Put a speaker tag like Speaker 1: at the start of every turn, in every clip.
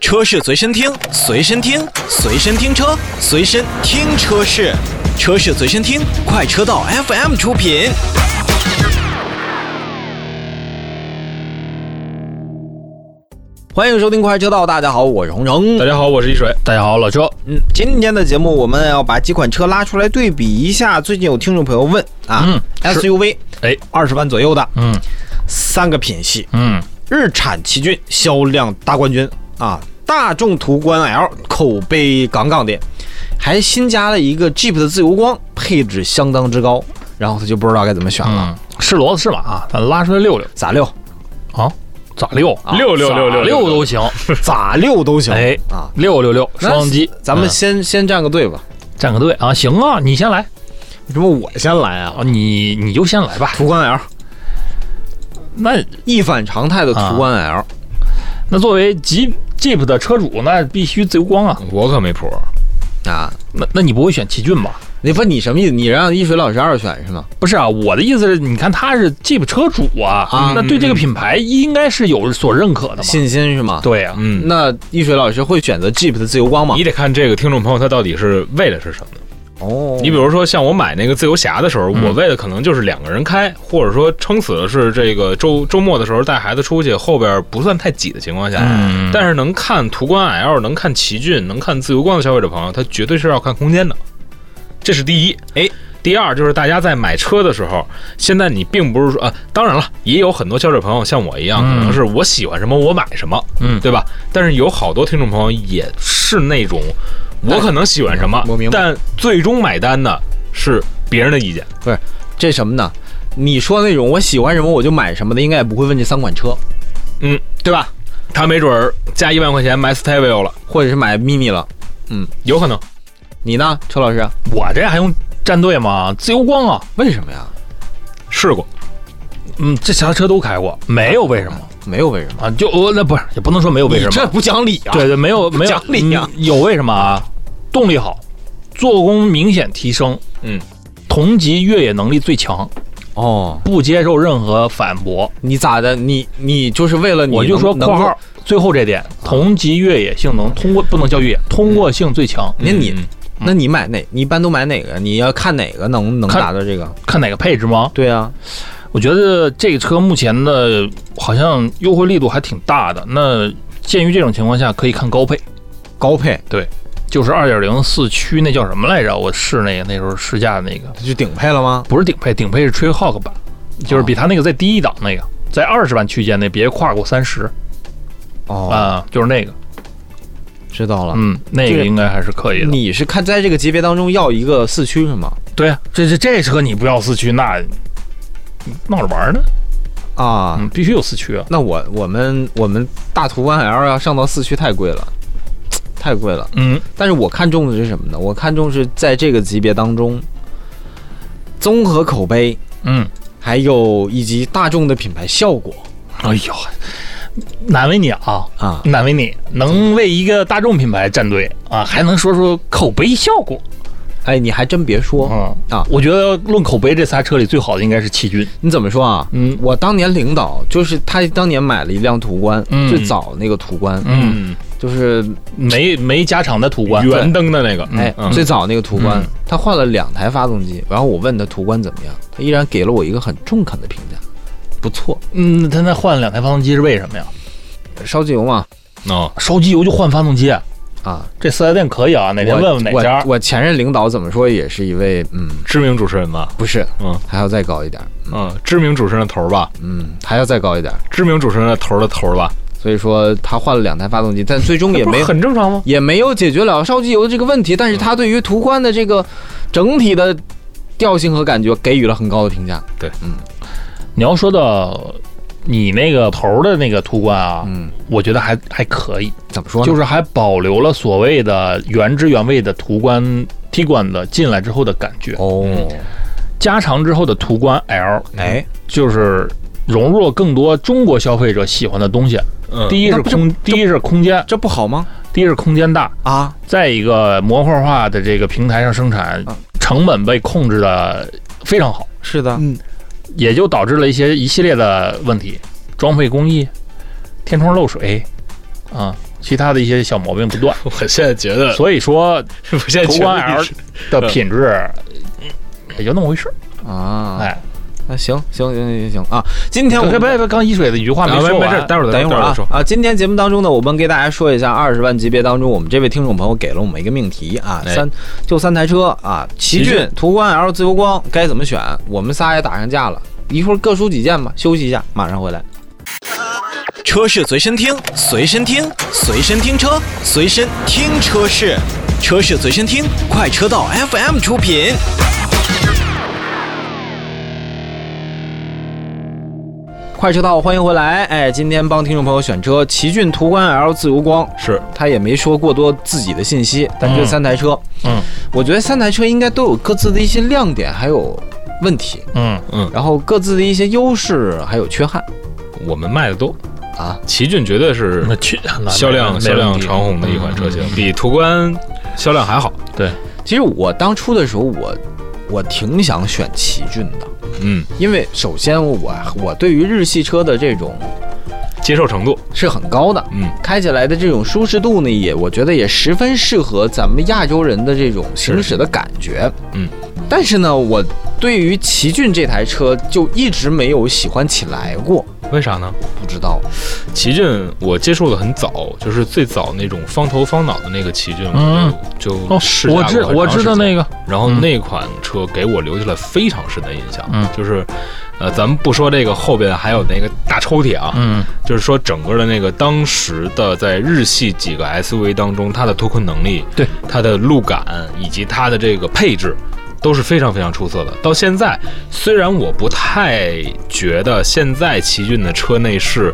Speaker 1: 车市随身听，随身听，随身听车，随身听车市，车市随身听，快车道 FM 出品。欢迎收听快车道，大家好，我是红城
Speaker 2: 大。家好，我是一水。大家好，老周。
Speaker 1: 嗯，
Speaker 3: 今天的节目，我们要把几款车拉出来对比一下。最近有听众朋友问啊、
Speaker 2: 嗯
Speaker 3: s u v
Speaker 2: 哎，
Speaker 3: 二十万左右的
Speaker 2: 嗯
Speaker 3: 三个品系，
Speaker 2: 嗯，
Speaker 3: 日产奇骏销量大冠军啊，大众途观 L 口碑杠杠的，还新加了一个 Jeep 的自由光，配置相当之高，然后他就不知道该怎么选了，
Speaker 2: 嗯，是骡子是马啊，咱拉出来溜溜
Speaker 3: 咋 溜
Speaker 2: 啊，咋溜？
Speaker 1: 六六六六
Speaker 2: 咋溜都行。
Speaker 3: 咋溜都行、
Speaker 2: 哎
Speaker 3: 啊。
Speaker 2: 六六六，双击，
Speaker 3: 咱们
Speaker 2: 嗯
Speaker 3: 先、先站个队吧，
Speaker 2: 站个队啊，行啊，你先来
Speaker 3: 为什么我先来啊？
Speaker 2: 啊，你你就先来吧。
Speaker 3: 途观 L
Speaker 2: 那
Speaker 3: 一反常态的途观
Speaker 2: 啊
Speaker 3: L，、
Speaker 2: 那作为吉 Jeep 的车主，那必须自由光啊。
Speaker 1: 我可没谱。
Speaker 3: 啊，
Speaker 2: 那那你不会选奇骏吧？
Speaker 3: 你问你什么意思？你让一水老师二选是吗？
Speaker 2: 不是啊，我的意思是，你看他是 Jeep 车主啊，
Speaker 3: 啊
Speaker 2: 那对这个品牌应该是有所认可的嘛。
Speaker 3: 信心是吗？。
Speaker 2: 对呀、啊，
Speaker 1: 嗯，
Speaker 3: 那一水老师会选择 Jeep 的自由光吗
Speaker 1: 你？得看这个听众朋友他到底是为了是什么。
Speaker 3: 哦
Speaker 1: 你比如说，像我买那个自由侠的时候，
Speaker 2: 嗯
Speaker 1: 我为的可能就是两个人开，或者说撑死了是这个周周末的时候带孩子出去，后边不算太挤的情况下，
Speaker 2: 嗯
Speaker 1: 但是能看途观 L、能看奇骏、能看自由光的消费者朋友，他绝对是要看空间的，这是第一。
Speaker 3: 哎，
Speaker 1: 第二就是大家在买车的时候，现在你并不是说啊，当然了，也有很多消费者朋友像我一样，
Speaker 2: 嗯
Speaker 1: 可能是我喜欢什么我买什么，
Speaker 2: 嗯
Speaker 1: 对吧？但是有好多听众朋友也是那种，
Speaker 3: 但
Speaker 1: 我可能喜欢什么
Speaker 3: 我明，白
Speaker 1: 但最终买单的是别人的意见。
Speaker 3: 这什么呢？你说那种我喜欢什么我就买什么的，应该也不会问这三款车，
Speaker 1: 嗯，
Speaker 3: 对吧？
Speaker 1: 他没准儿加一万块钱买 Stevio 了，
Speaker 3: 或者是买 mini 了。
Speaker 1: 有可能。
Speaker 3: 你呢，车老师？
Speaker 2: 我这还用站队吗？自由光啊，
Speaker 3: 为什么呀？
Speaker 1: 试过，
Speaker 2: 嗯，这啥车都开过，没有为什么
Speaker 3: 没有为什么？
Speaker 2: 啊？就我那不是也不能说没有为什
Speaker 3: 你这
Speaker 2: 么，
Speaker 3: 不讲理啊！
Speaker 2: 对对，没有没有
Speaker 3: 讲理呀
Speaker 2: 嗯有为什么啊？动力好，做工明显提升，
Speaker 1: 嗯，
Speaker 2: 同级越野能力最强，
Speaker 3: 哦，
Speaker 2: 不接受任何反驳。
Speaker 3: 你咋的？你你就是为了你
Speaker 2: 我就
Speaker 3: 能
Speaker 2: 说
Speaker 3: 能啊
Speaker 2: 括
Speaker 3: 够
Speaker 2: 号最后这点，同级越野性能通过不能叫越野，通过性最强。
Speaker 3: 那你
Speaker 1: 嗯
Speaker 3: 那你买哪？你一般都买哪个？你要看哪个能能
Speaker 2: 看
Speaker 3: 达到这个？
Speaker 2: 看哪个配置吗？
Speaker 3: 对啊，
Speaker 2: 我觉得这个车目前的好像优惠力度还挺大的。那鉴于这种情况下，可以看高配。
Speaker 3: 高配
Speaker 2: 就是二点零四驱那叫什么来着？我试那个那时候试驾的那个，
Speaker 3: 它就顶配了吗？
Speaker 2: 不是顶配，顶配是 t r a i Hawk 版，就是比它那个再低一档那个，在二十万区间内别跨过三十
Speaker 3: 哦，
Speaker 2: 啊，就是那个，
Speaker 3: 知道了。
Speaker 2: 嗯，那
Speaker 3: 这
Speaker 2: 个
Speaker 3: 个嗯
Speaker 2: 应该还是可以的。
Speaker 3: 你是看在这个级别当中要一个四驱是吗？
Speaker 2: 对啊，这这这车你不要四驱，那闹着玩呢，
Speaker 3: 啊，
Speaker 2: 嗯，必须有四驱啊。
Speaker 3: 那我我们我们大途观 L 要上到四驱太贵了，太贵了。
Speaker 2: 嗯，
Speaker 3: 但是我看中的是什么呢？我看重是在这个级别当中，综合口碑，
Speaker 2: 嗯，
Speaker 3: 还有以及大众的品牌效果
Speaker 2: 哎呦，难为你啊，
Speaker 3: 啊。
Speaker 2: 难为你，能为一个大众品牌站队啊，还能说说口碑效果。
Speaker 3: 哎，你还真别说，
Speaker 2: 嗯
Speaker 3: 啊
Speaker 2: 我觉得论口碑，这仨车里最好的应该是奇骏。
Speaker 3: 你怎么说啊？
Speaker 2: 嗯
Speaker 3: 我当年领导就是他当年买了一辆途观，
Speaker 2: 嗯
Speaker 3: 最早那个途观，
Speaker 2: 嗯，
Speaker 3: 就是
Speaker 2: 没没加长的途观，
Speaker 1: 圆灯的那个，
Speaker 3: 哎、
Speaker 1: 嗯
Speaker 3: 最早那个途观
Speaker 2: 嗯，
Speaker 3: 他换了两台发动机，然后我问他途观怎么样，他依然给了我一个很中肯的评价，不错，
Speaker 2: 嗯，他那换两台发动机是为什么呀？
Speaker 3: 烧机油嘛，
Speaker 1: 哦，
Speaker 2: 烧机油就换发动机，
Speaker 3: 啊，
Speaker 2: 这四 S 店可以啊，哪天
Speaker 3: 我
Speaker 2: 问问哪家
Speaker 3: 我。我前任领导怎么说也是一位，嗯，
Speaker 1: 知名主持人吧，
Speaker 3: 不是，
Speaker 1: 嗯
Speaker 3: 还要再高一点，
Speaker 1: 嗯，知名主持人的头儿吧，
Speaker 3: 嗯，还要再高一点。
Speaker 1: 知名主持人的头儿的头儿吧，
Speaker 3: 所以说他换了两台发动机，但最终也
Speaker 1: 那不
Speaker 3: 没
Speaker 1: 是
Speaker 3: 有
Speaker 1: 很正常吗？
Speaker 3: 也没有解决了烧机油这个问题。但是他对于途观的这个整体的调性和感觉给予了很高的评价。
Speaker 2: 你要说到你那个头儿的那个途观啊，
Speaker 3: 嗯，
Speaker 2: 我觉得还还可以，
Speaker 3: 怎么说呢？
Speaker 2: 就是是还保留了所谓的原汁原味的途观 T 冠的进来之后的感觉，
Speaker 3: 哦，
Speaker 2: 加长之后的途观 L
Speaker 3: 哎，
Speaker 2: 就是融入了更多中国消费者喜欢的东西。
Speaker 1: 嗯，
Speaker 2: 第一是
Speaker 3: 那不就
Speaker 2: 空，第一是空间，
Speaker 3: 这不好吗？
Speaker 2: 第一是空间大，
Speaker 3: 啊，
Speaker 2: 在一个模块化的这个平台上生产
Speaker 4: 嗯
Speaker 3: 啊，
Speaker 2: 成本被控制的非常好，
Speaker 3: 是的，
Speaker 2: 嗯也就导致了一些一系列的问题，装配工艺、天窗漏水啊、其他的一些小毛病不 断。
Speaker 4: 我现在觉得，
Speaker 2: 所以说，
Speaker 4: 我 现在
Speaker 2: 途
Speaker 4: 觉
Speaker 2: 观
Speaker 4: 得
Speaker 2: L 的品质嗯也就那么回事儿。
Speaker 3: 啊，
Speaker 4: 嗯
Speaker 2: 哎，
Speaker 3: 那行行行行行啊，今天我
Speaker 2: 别
Speaker 3: 们
Speaker 2: 别别，刚一水的一句话没
Speaker 4: 啊没
Speaker 2: 说
Speaker 4: 没
Speaker 2: 完
Speaker 4: 事，，待会儿再
Speaker 3: 等一会儿
Speaker 4: 再
Speaker 3: 啊
Speaker 4: 说。
Speaker 3: 啊！今天节目当中呢，我们给大家说一下二十万级别当中，我们这位听众朋友给了我们一个命题啊，
Speaker 4: 哎
Speaker 3: 三就三台车啊，奇
Speaker 4: 奇
Speaker 3: 骏
Speaker 4: 骏、
Speaker 3: 途观 L、自由光该怎么选？我们仨也打上架了，一会儿各抒己见吧，休息一下，马上回来。
Speaker 1: 车是随身听，随身听，随身听车，随身听车是，车是随身听，快车道 FM 出品。
Speaker 3: 快车道，欢迎回来！哎，今天帮听众朋友选车，奇骏、途观 L、自由光，
Speaker 4: 是
Speaker 3: 他也没说过多自己的信息，但这
Speaker 2: 嗯
Speaker 3: 三台车，
Speaker 2: 嗯
Speaker 3: 我觉得三台车应该都有各自的一些亮点，还有问题，
Speaker 2: 嗯，
Speaker 3: 然后各自的一些优势，还有缺憾
Speaker 4: 我们卖的多
Speaker 3: 啊。
Speaker 4: 奇骏绝对是
Speaker 2: 那去那
Speaker 4: 销量
Speaker 2: 没
Speaker 4: 销量
Speaker 2: 没问题嗯
Speaker 4: 长虹的一款车型，比途观销量还好。
Speaker 3: 其实我当初的时候，我我挺想选奇骏的，
Speaker 4: 嗯，
Speaker 3: 因为首先我我对于日系车的这种
Speaker 4: 接受程度，
Speaker 3: 是很高的，
Speaker 4: 嗯，
Speaker 3: 开起来的这种舒适度呢，也我觉得也十分适合咱们亚洲人的这种行驶的感觉，
Speaker 4: 嗯。
Speaker 3: 但是呢，我对于奇骏这台车就一直没有喜欢起来过，
Speaker 2: 嗯
Speaker 4: 为啥呢？
Speaker 3: 不知道
Speaker 4: 奇骏我接触的很早，就是最早那种方头方脑的那个奇骏，
Speaker 2: 嗯
Speaker 4: 我就就
Speaker 2: 哦
Speaker 4: 试，
Speaker 2: 我
Speaker 4: 驾过
Speaker 2: 知
Speaker 4: 很
Speaker 2: 我
Speaker 4: 长
Speaker 2: 知
Speaker 4: 时
Speaker 2: 道
Speaker 4: 间
Speaker 2: 那个，
Speaker 4: 然后
Speaker 2: 嗯
Speaker 4: 那款车给我留下了非常深的印象，
Speaker 2: 嗯
Speaker 4: 就是，呃，咱们不说这个后边还有那个大抽屉啊，
Speaker 2: 嗯
Speaker 4: 就是说整个的那个当时的在日系几个 SUV 当中，它的脱困能力，
Speaker 2: 对
Speaker 4: 它的路感以及它的这个配置。都是非常非常出色的。到现在，虽然我不太觉得现在奇骏的车内饰，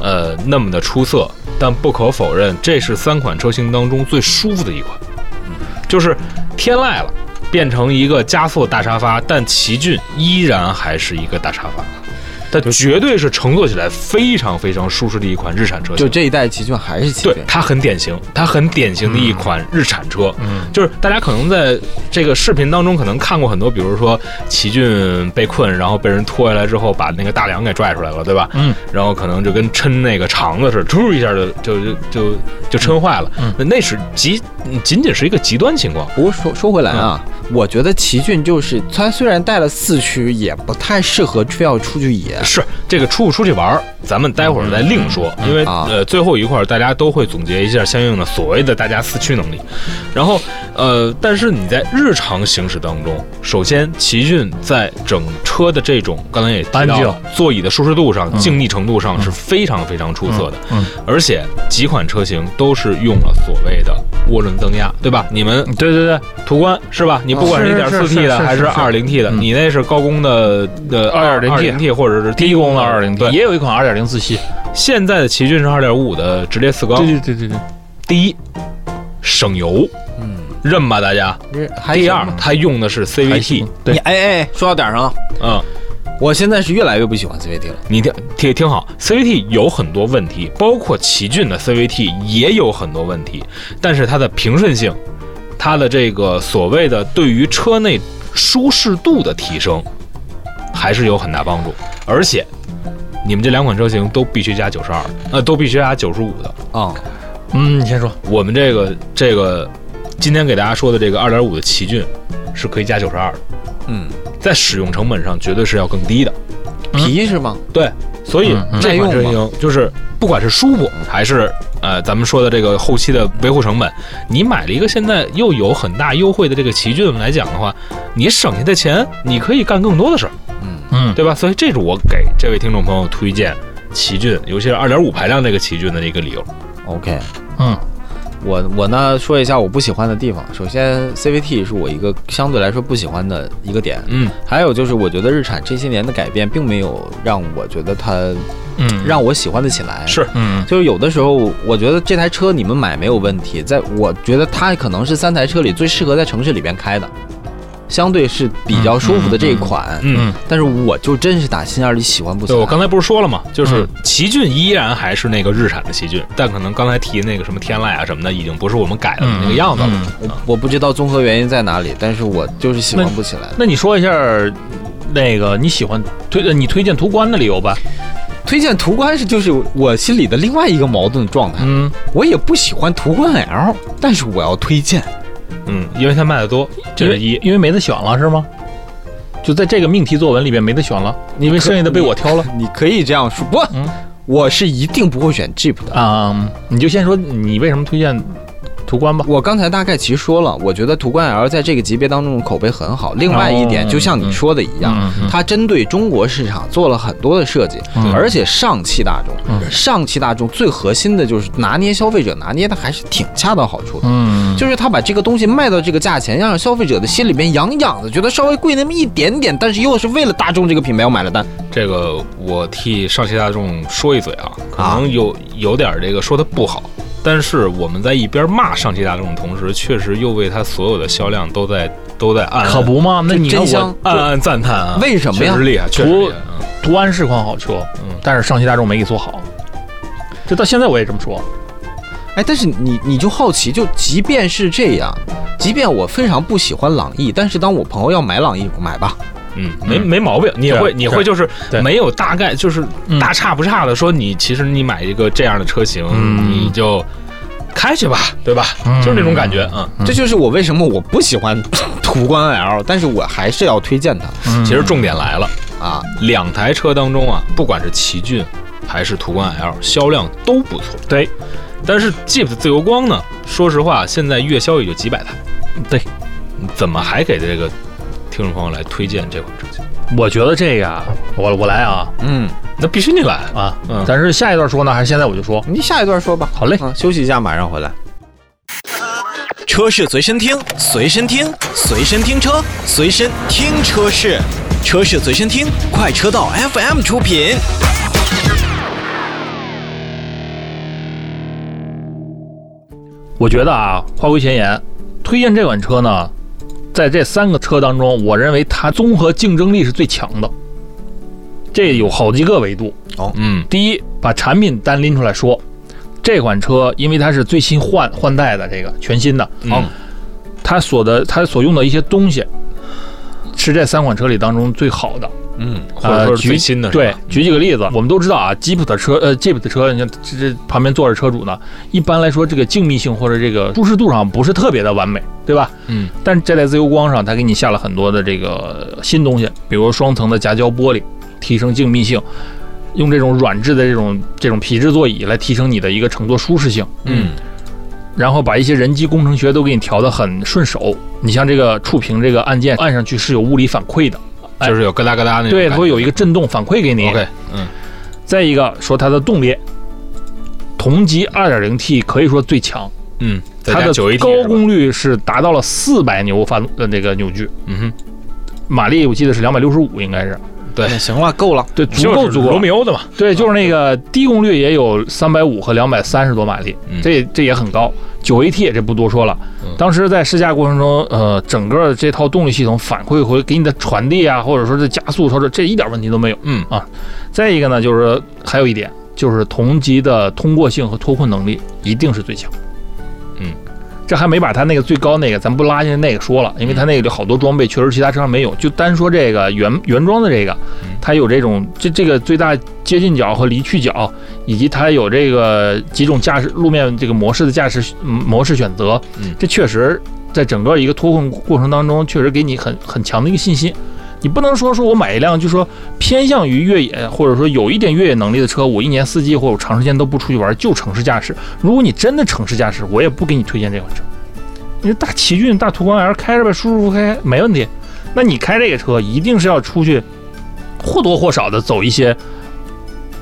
Speaker 4: 呃，那么的出色，但不可否认，这是三款车型当中最舒服的一款。就是天籁了，变成一个加速大沙发，但奇骏依然还是一个大沙发，它绝对是乘坐起来非常非常舒适的一款日产车型
Speaker 3: 就。这一代奇骏还是奇
Speaker 4: 对
Speaker 3: 骏，，
Speaker 4: 它很典型，它很典型的一款日产车。
Speaker 2: 嗯，
Speaker 4: 就是大家可能在这个视频当中可能看过很多，比如说奇骏被困，然后被人拖下来之后，把那个大梁给拽出来了，对吧？
Speaker 2: 嗯，
Speaker 4: 然后可能就跟抻那个肠子似的，突一下就就就就就抻坏了。
Speaker 2: 嗯
Speaker 4: 那那是极仅仅是一个极端情况。
Speaker 3: 不过说说回来啊，
Speaker 4: 嗯
Speaker 3: 我觉得奇骏就是它虽然带了四驱，也不太适合非要出去野。
Speaker 4: 是这个出不出去玩儿，咱们待会儿再另说，
Speaker 2: 嗯
Speaker 4: 因为、
Speaker 3: 啊
Speaker 4: 呃最后一块儿大家都会总结一下相应的所谓的大家四驱能力。然后呃，但是你在日常行驶当中，首先奇骏在整车的这种刚才也提到
Speaker 2: 安静
Speaker 4: 了座椅的舒适度上、
Speaker 2: 嗯
Speaker 4: 静谧程度上是非常非常出色的，
Speaker 2: 嗯
Speaker 4: 而且几款车型都是用了所谓的涡轮增压，对吧？你们
Speaker 2: 对对对，
Speaker 4: 途观是吧？你不管
Speaker 2: 嗯哦是
Speaker 4: 是一点四
Speaker 2: 是
Speaker 4: T 的
Speaker 2: 是
Speaker 4: 还
Speaker 2: 是
Speaker 4: 是二零 T 的，
Speaker 2: 嗯
Speaker 4: 你那是高功的呃的
Speaker 2: 2.0T
Speaker 4: 零 T 或者是
Speaker 2: 低功的二零 T
Speaker 4: 对，
Speaker 2: 也有一款二点零自吸，
Speaker 4: 现在的奇骏是二点五的直列四缸。
Speaker 2: 对对对对，
Speaker 4: 第一，省油，
Speaker 3: 嗯，
Speaker 4: 认吧大家。
Speaker 3: 还
Speaker 4: 第
Speaker 3: 行
Speaker 4: 二，它用的是
Speaker 2: 还
Speaker 4: CVT，
Speaker 2: 行
Speaker 3: 你
Speaker 2: 对，
Speaker 3: 哎哎，哎说到点儿上了，
Speaker 4: 嗯，
Speaker 3: 我现在是越来越不喜欢 CVT 了。
Speaker 4: 你听听听好，CVT 有很多问题，包括奇骏的 CVT 也有很多问题，但是它的平顺性，它的这个所谓的对于车内舒适度的提升，还是有很大帮助。而且，你们这两款车型都必须加九十二，呃，都必须加九十五的。
Speaker 3: 啊、
Speaker 2: 嗯，你先说，
Speaker 4: 我们这个这个今天给大家说的这个二点五的奇骏，是可以加九十二的，
Speaker 3: 嗯，
Speaker 4: 在使用成本上绝对是要更低的。嗯
Speaker 3: 皮是吗？
Speaker 4: 对，所以
Speaker 2: 嗯嗯
Speaker 4: 这款车
Speaker 3: 耐
Speaker 4: 型就是不管是舒服还是呃咱们说的这个后期的维护成本，你买了一个现在又有很大优惠的这个奇骏来讲的话，你省下的钱你可以干更多的事儿，
Speaker 2: 嗯，
Speaker 4: 对吧？所以这是我给这位听众朋友推荐奇骏，尤其是二点五排量这个奇骏的一个理由。
Speaker 3: OK，
Speaker 2: 嗯
Speaker 3: 我我呢说一下我不喜欢的地方。首先，CVT 是我一个相对来说不喜欢的一个点，
Speaker 4: 嗯，
Speaker 3: 还有就是我觉得日产这些年的改变并没有让我觉得它
Speaker 2: 嗯，
Speaker 3: 让我喜欢的起来。
Speaker 4: 是
Speaker 2: 嗯
Speaker 3: 就是有的时候，我觉得这台车你们买没有问题，在我觉得它可能是三台车里最适合在城市里边开的，相对是比较舒服的这一款。
Speaker 4: 嗯
Speaker 2: 嗯
Speaker 3: 但是我就真是打心眼里喜欢不起
Speaker 4: 对，
Speaker 3: 来。
Speaker 4: 我刚才不是说了吗？就是
Speaker 2: 嗯
Speaker 4: 奇骏依然还是那个日产的奇骏，但可能刚才提那个什么天籁啊什么的，已经不是我们改的那个样子了。
Speaker 2: 嗯
Speaker 3: 我我不知道综合原因在哪里，但是我就是喜欢
Speaker 2: 那
Speaker 3: 不起来。
Speaker 2: 那你说一下那个你喜欢推呃你推荐途观的理由吧？
Speaker 3: 推荐途观是就是我心里的另外一个矛盾状态，
Speaker 2: 嗯
Speaker 3: 我也不喜欢途观 L，但是我要推荐。
Speaker 4: 嗯，因为它卖的多，这是一。
Speaker 2: 因为没得选了是吗？就在这个命题作文里边没得选了，因为剩下的被我挑了
Speaker 3: 你可以这样说，不，
Speaker 2: 嗯
Speaker 3: 我是一定不会选 Jeep 的。
Speaker 2: 啊、嗯你就先说你为什么推荐途观吧。
Speaker 3: 我刚才大概其实说了，我觉得途观 L 在这个级别当中的口碑很好。另外一点，
Speaker 2: 哦
Speaker 3: 就像你说的一样，
Speaker 2: 嗯嗯
Speaker 3: 它针对中国市场做了很多的设计，
Speaker 2: 嗯
Speaker 3: 而且上汽大众，
Speaker 2: 嗯
Speaker 3: 上汽大众最核心的就是拿捏消费者，拿捏的还是挺恰到好处的。
Speaker 2: 嗯，
Speaker 3: 就是他把这个东西卖到这个价钱，让消费者的心里面痒痒的，觉得稍微贵那么一点点，但是又是为了大众这个品牌我买了单。
Speaker 4: 这个我替上汽大众说一嘴啊，可
Speaker 3: 啊
Speaker 4: 能有有点这个说它不好，但是我们在一边骂上汽大众的同时，确实又为它所有的销量都在都在暗暗
Speaker 2: 可不嘛？那你看
Speaker 3: 真香
Speaker 2: 我
Speaker 4: 暗暗赞叹啊，
Speaker 3: 为什么呀
Speaker 4: 确实厉害，确实厉害。
Speaker 2: 途安是款好车，
Speaker 4: 嗯
Speaker 2: 但是上汽大众没给做好。这到现在我也这么说，
Speaker 3: 哎，但是你你就好奇，就即便是这样，即便我非常不喜欢朗逸，但是当我朋友要买朗逸，我买吧。
Speaker 4: 嗯，嗯没没毛病，你也
Speaker 2: 对啊
Speaker 4: 会你
Speaker 2: 对
Speaker 4: 会就是
Speaker 2: 对
Speaker 4: 没有大概就是
Speaker 2: 嗯
Speaker 4: 大差不差的说你其实你买一个这样的车型，
Speaker 2: 嗯
Speaker 4: 你就开去吧，对吧？
Speaker 2: 嗯
Speaker 4: 就是那种感觉，嗯。
Speaker 3: 这就是我为什么我不喜欢 途观 L，但是我还是要推荐它
Speaker 2: 嗯
Speaker 4: 其实重点来了。
Speaker 3: 啊。
Speaker 4: 两台车当中啊，不管是奇骏还是途观 L，销量都不错。
Speaker 2: 对，
Speaker 4: 但是 Jeep 的自由光呢，说实话，现在月销也就几百台。
Speaker 2: 嗯对，
Speaker 4: 怎么还给这个听众朋友来推荐这款车型？
Speaker 2: 我觉得这个啊，我我来啊
Speaker 3: 嗯，
Speaker 4: 那必须你来啊！
Speaker 2: 啊，
Speaker 4: 嗯
Speaker 2: 咱是下一段说呢，还是现在我就说？
Speaker 3: 你下一段说吧。
Speaker 2: 好嘞，
Speaker 3: 啊，休息一下，马上回来。
Speaker 1: 车是随身听，随身听，随身听车，随身听车是，车是随身听，快车道 FM 出品。
Speaker 2: 我觉得啊，话归前言，推荐这款车呢，在这三个车当中，我认为它综合竞争力是最强的。这有好几个维度。
Speaker 4: 嗯
Speaker 2: 第一，把产品单拎出来说，这款车因为它是最新换换代的，这个全新的，
Speaker 4: 嗯
Speaker 2: 它所的它所用的一些东西，是这三款车里当中最好的。
Speaker 3: 嗯，
Speaker 4: 或者说
Speaker 2: 呃
Speaker 4: 是
Speaker 2: 举
Speaker 4: 最新的是吧，嗯
Speaker 2: 对，举几个例子，我们都知道啊吉普的车，呃，Jeep 的车，你看这这旁边坐着车主呢，一般来说这个静谧性或者这个舒适度上不是特别的完美，对吧？
Speaker 4: 嗯。
Speaker 2: 但是这台自由光上，它给你下了很多的这个新东西，比如双层的夹胶玻璃，提升静谧性。用这种软质的这种这种皮质座椅来提升你的一个乘坐舒适性，
Speaker 4: 嗯
Speaker 2: 然后把一些人机工程学都给你调得很顺手。你像这个触屏这个按键按上去是有物理反馈的，哎
Speaker 4: 就是有咯哒咯哒那种感觉。
Speaker 2: 对，它会有一个震动反馈给你。
Speaker 4: OK，嗯
Speaker 2: 再一个说它的动力，同级 2.0T 可以说最强，
Speaker 4: 嗯，再
Speaker 2: 它
Speaker 4: 加
Speaker 2: 的
Speaker 4: 九一 T
Speaker 2: 高
Speaker 4: 是吧，
Speaker 2: 功率是达到了400牛发动呃那个扭矩，
Speaker 4: 嗯哼，
Speaker 2: 马力我记得是265，应该是
Speaker 4: 对
Speaker 3: 那，哎行了，够了。
Speaker 2: 对，足够
Speaker 4: 就是
Speaker 2: 足啊够
Speaker 4: 罗。密欧的嘛，
Speaker 2: 对，就是那个低功率也有350和230多马力，
Speaker 4: 嗯
Speaker 2: 这这也很高。9AT 这不多说了
Speaker 4: 嗯，
Speaker 2: 当时在试驾过程中，呃，整个这套动力系统反馈回给你的传递啊，或者说是加速，或者这一点问题都没有。啊
Speaker 4: 嗯
Speaker 2: 再一个呢，就是还有一点，就是同级的通过性和脱困能力一定是最强。
Speaker 4: 嗯，
Speaker 2: 这还没把它那个最高那个，咱不拉进去那个说了，因为
Speaker 4: 嗯
Speaker 2: 它那个里好多装备确实其他车上没有。就单说这个原原装的这个
Speaker 4: 嗯，
Speaker 2: 它有这种这这个最大接近角和离去角，以及它有这个几种驾驶路面这个模式的驾驶嗯模式选择
Speaker 4: 嗯，
Speaker 2: 这确实在整个一个脱困过程当中，确实给你很很强的一个信心。你不能说说我买一辆就说偏向于越野，或者说有一点越野能力的车，我一年四季或者我长时间都不出去玩，就城市驾驶。如果你真的城市驾驶，我也不给你推荐这款车。你说大奇骏、大途观 L 开着呗，舒舒服服开没问题。那你开这个车，一定是要出去或多或少的走一些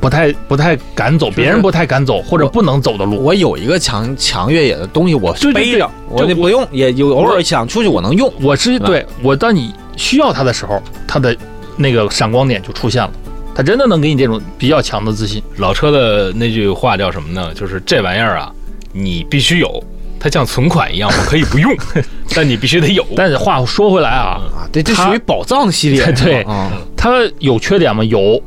Speaker 2: 不太不太敢走，别人不太敢走或者不能走的路。
Speaker 3: 我有一个强强越野的东西，我
Speaker 2: 对对
Speaker 3: 背
Speaker 2: 对
Speaker 3: 着，我那不用，也有偶尔想出去我能用。
Speaker 2: 我是
Speaker 3: 吧
Speaker 2: 对我，当你需要它的时候，它的那个闪光点就出现了，它真的能给你这种比较强的自信。
Speaker 4: 老车的那句话叫什么呢？就是这玩意儿啊，你必须有，它像存款一样，我可以不用，但你必须得有。
Speaker 2: 但是话说回来啊，
Speaker 4: 嗯
Speaker 3: 啊，对，这
Speaker 2: 它
Speaker 3: 属于宝藏系列，
Speaker 2: 对
Speaker 3: 啊，
Speaker 2: 它有缺点吗？有，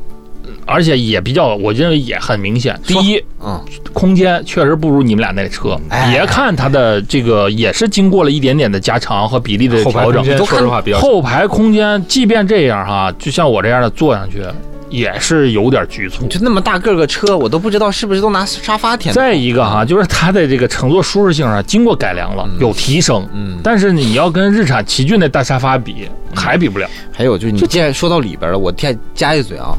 Speaker 2: 而且也比较，我认为也很明显。第
Speaker 3: 说
Speaker 2: 一，
Speaker 3: 嗯，
Speaker 2: 空间确实不如你们俩那车。
Speaker 3: 哎
Speaker 2: 别看它的这个也是经过了一点点的加长和比例的
Speaker 4: 后排
Speaker 2: 调
Speaker 4: 空
Speaker 2: 整，
Speaker 4: 间
Speaker 3: 都
Speaker 4: 说
Speaker 3: 看
Speaker 4: 实话比较
Speaker 2: 后排空间即便这样哈，就像我这样的坐上去，也是有点局促
Speaker 3: 你。就那么大个个车，我都不知道是不是都拿沙发填的。
Speaker 2: 再一个
Speaker 4: 嗯
Speaker 2: 哈，就是它的这个乘坐舒适性啊，经过改良了，有提升。
Speaker 3: 嗯
Speaker 2: 但是你要跟日产奇骏的大沙发比，
Speaker 4: 嗯
Speaker 2: 还比不了。
Speaker 3: 还有就是，你既然说到里边了，我再加一嘴啊，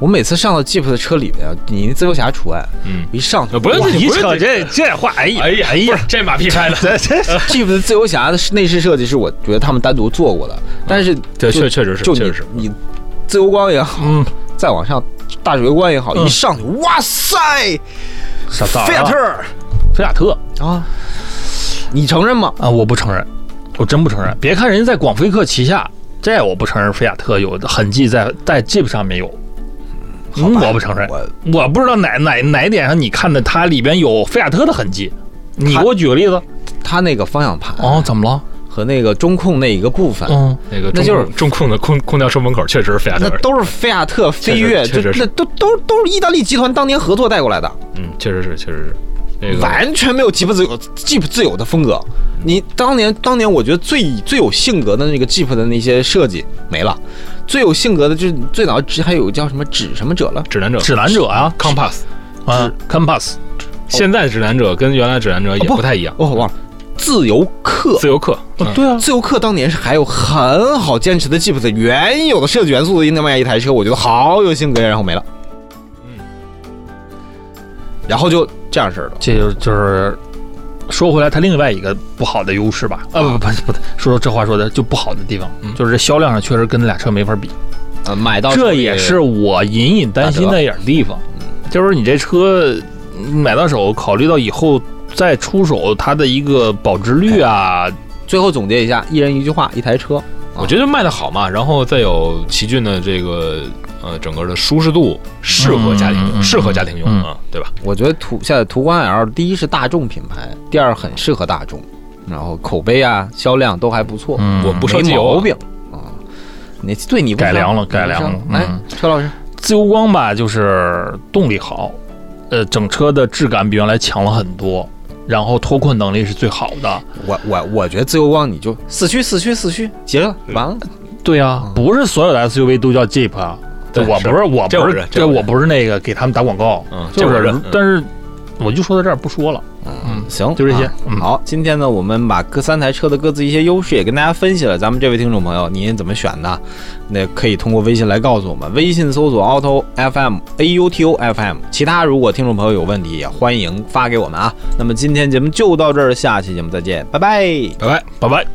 Speaker 3: 我每次上到 Jeep 的车里边啊，你自由侠除外，
Speaker 4: 嗯
Speaker 3: 我一上去
Speaker 4: 呃不是
Speaker 3: 哇
Speaker 4: 你
Speaker 2: 一瞅这这话，哎呀
Speaker 4: 哎呀哎呀，这马屁拍的，
Speaker 3: Jeep 的自由侠的内饰设计是我觉得他们单独做过的，但是
Speaker 4: 嗯对
Speaker 3: 就
Speaker 4: 确确实是
Speaker 3: 就
Speaker 4: 确
Speaker 3: 你
Speaker 4: 实是
Speaker 3: 你自由光也好，
Speaker 2: 嗯，
Speaker 3: 再往上大水月光也好，
Speaker 2: 嗯
Speaker 3: 一上去哇塞，
Speaker 2: 啥咋了
Speaker 3: 菲亚特
Speaker 4: 啊
Speaker 3: 儿
Speaker 2: 菲亚特
Speaker 3: 啊，你承认吗？
Speaker 2: 啊，我不承认，我真不承认。别看人家在广菲克旗下，这我不承认菲亚特有痕迹在在 Jeep 上面有。嗯，
Speaker 3: 吧
Speaker 2: 我不承认，
Speaker 3: 我
Speaker 2: 我不知道哪哪哪点上你看的它里边有菲亚特的痕迹。你
Speaker 3: 它
Speaker 2: 给我举个例子。
Speaker 3: 它那个方向盘
Speaker 2: 哦，怎么了？
Speaker 3: 和那个中控那一个部分，
Speaker 2: 嗯，
Speaker 4: 那个
Speaker 3: 那
Speaker 4: 中
Speaker 3: 就是
Speaker 4: 控中控的空空调车门口确实是菲亚
Speaker 3: 那
Speaker 4: 特，
Speaker 3: 都是菲亚特、飞跃，就
Speaker 4: 确实确实是
Speaker 3: 那都都都是意大利集团当年合作带过来的，
Speaker 4: 嗯，确实是确实是，那个
Speaker 3: 完全没有吉普自由 Jeep 自由的风格。你当年当年，我觉得最最有性格的那个 Jeep 的那些设计没了，最有性格的就是最早只还有叫什么指什么者了，
Speaker 4: 指南者
Speaker 2: 指南者啊
Speaker 4: Compass，
Speaker 2: 啊，Compass
Speaker 4: 现在指南者跟原来指南者也
Speaker 3: 哦不
Speaker 4: 不太一样，
Speaker 3: 哦，我忘了，自嗯由客。
Speaker 4: 自由客，
Speaker 2: 哦，对啊，
Speaker 3: 自由客当年是还有很好坚持的 Jeep 的原有的设计元素的那么样一台车，我觉得好有性格，然后没了，
Speaker 4: 嗯
Speaker 3: 然后就这样式儿了。
Speaker 2: 这就就是说回来，它另外一个不好的优势吧？
Speaker 3: 呃
Speaker 2: 啊，不不不不，说说这话说的就不好的地方，
Speaker 4: 嗯
Speaker 2: 就是这销量上确实跟那俩车没法比，
Speaker 3: 呃，买到手
Speaker 2: 这
Speaker 3: 里
Speaker 2: 也是我隐隐担心的一点地方，就是你这车嗯买到手，考虑到以后再出手它的一个保值率
Speaker 4: 哎
Speaker 2: 啊，
Speaker 3: 最后总结一下，一人一句话，一台车。
Speaker 4: 我觉得卖的好嘛，然后再有奇骏的这个呃整个的舒适度，适合家庭
Speaker 2: 嗯嗯嗯
Speaker 4: 用，适合家庭用
Speaker 2: 嗯
Speaker 4: 啊，对吧？
Speaker 3: 我觉得途现在途观 L 第一是大众品牌，第二很适合大众，然后口碑啊、销量都还不错，
Speaker 2: 嗯
Speaker 4: 我不
Speaker 3: 没
Speaker 4: 烧机油
Speaker 3: 毛
Speaker 4: 啊，
Speaker 3: 病啊。你对你不
Speaker 2: 改
Speaker 3: 伤
Speaker 2: 良了
Speaker 3: 你
Speaker 2: 改
Speaker 3: 不
Speaker 2: 良
Speaker 3: 伤
Speaker 2: 了
Speaker 3: 来
Speaker 2: 嗯，
Speaker 3: 车哎老师，
Speaker 2: 自由光吧，就是动力好，呃，整车的质感比原来强了很多，然后脱困能力是最好的。
Speaker 3: 我我我觉得自由光你就四驱四驱四驱，结了完了。
Speaker 2: 对呀、不是所有的 SUV 都叫 Jeep 啊。
Speaker 4: 嗯对
Speaker 2: 我
Speaker 4: 是
Speaker 2: 不是我
Speaker 4: 这
Speaker 2: 不
Speaker 4: 我
Speaker 2: 是
Speaker 4: 认这我
Speaker 2: 我
Speaker 4: 认
Speaker 2: 不是那个给他们打广告，
Speaker 4: 嗯，这
Speaker 2: 就
Speaker 4: 我
Speaker 2: 是
Speaker 4: 认，嗯
Speaker 2: 但是我就说到这儿不说了，
Speaker 3: 行，
Speaker 2: 就这些
Speaker 3: 啊
Speaker 2: 嗯
Speaker 3: 好，今天呢，我们把各三台车的各自一些优势也跟大家分析了。咱们这位听众朋友，您怎么选的？那可以通过微信来告诉我们，微信搜索 auto fm a u t o f m。其他如果听众朋友有问题，也欢迎发给我们啊。那么今天节目就到这儿，下期节目再见，拜拜。
Speaker 4: 拜拜。
Speaker 2: 拜拜。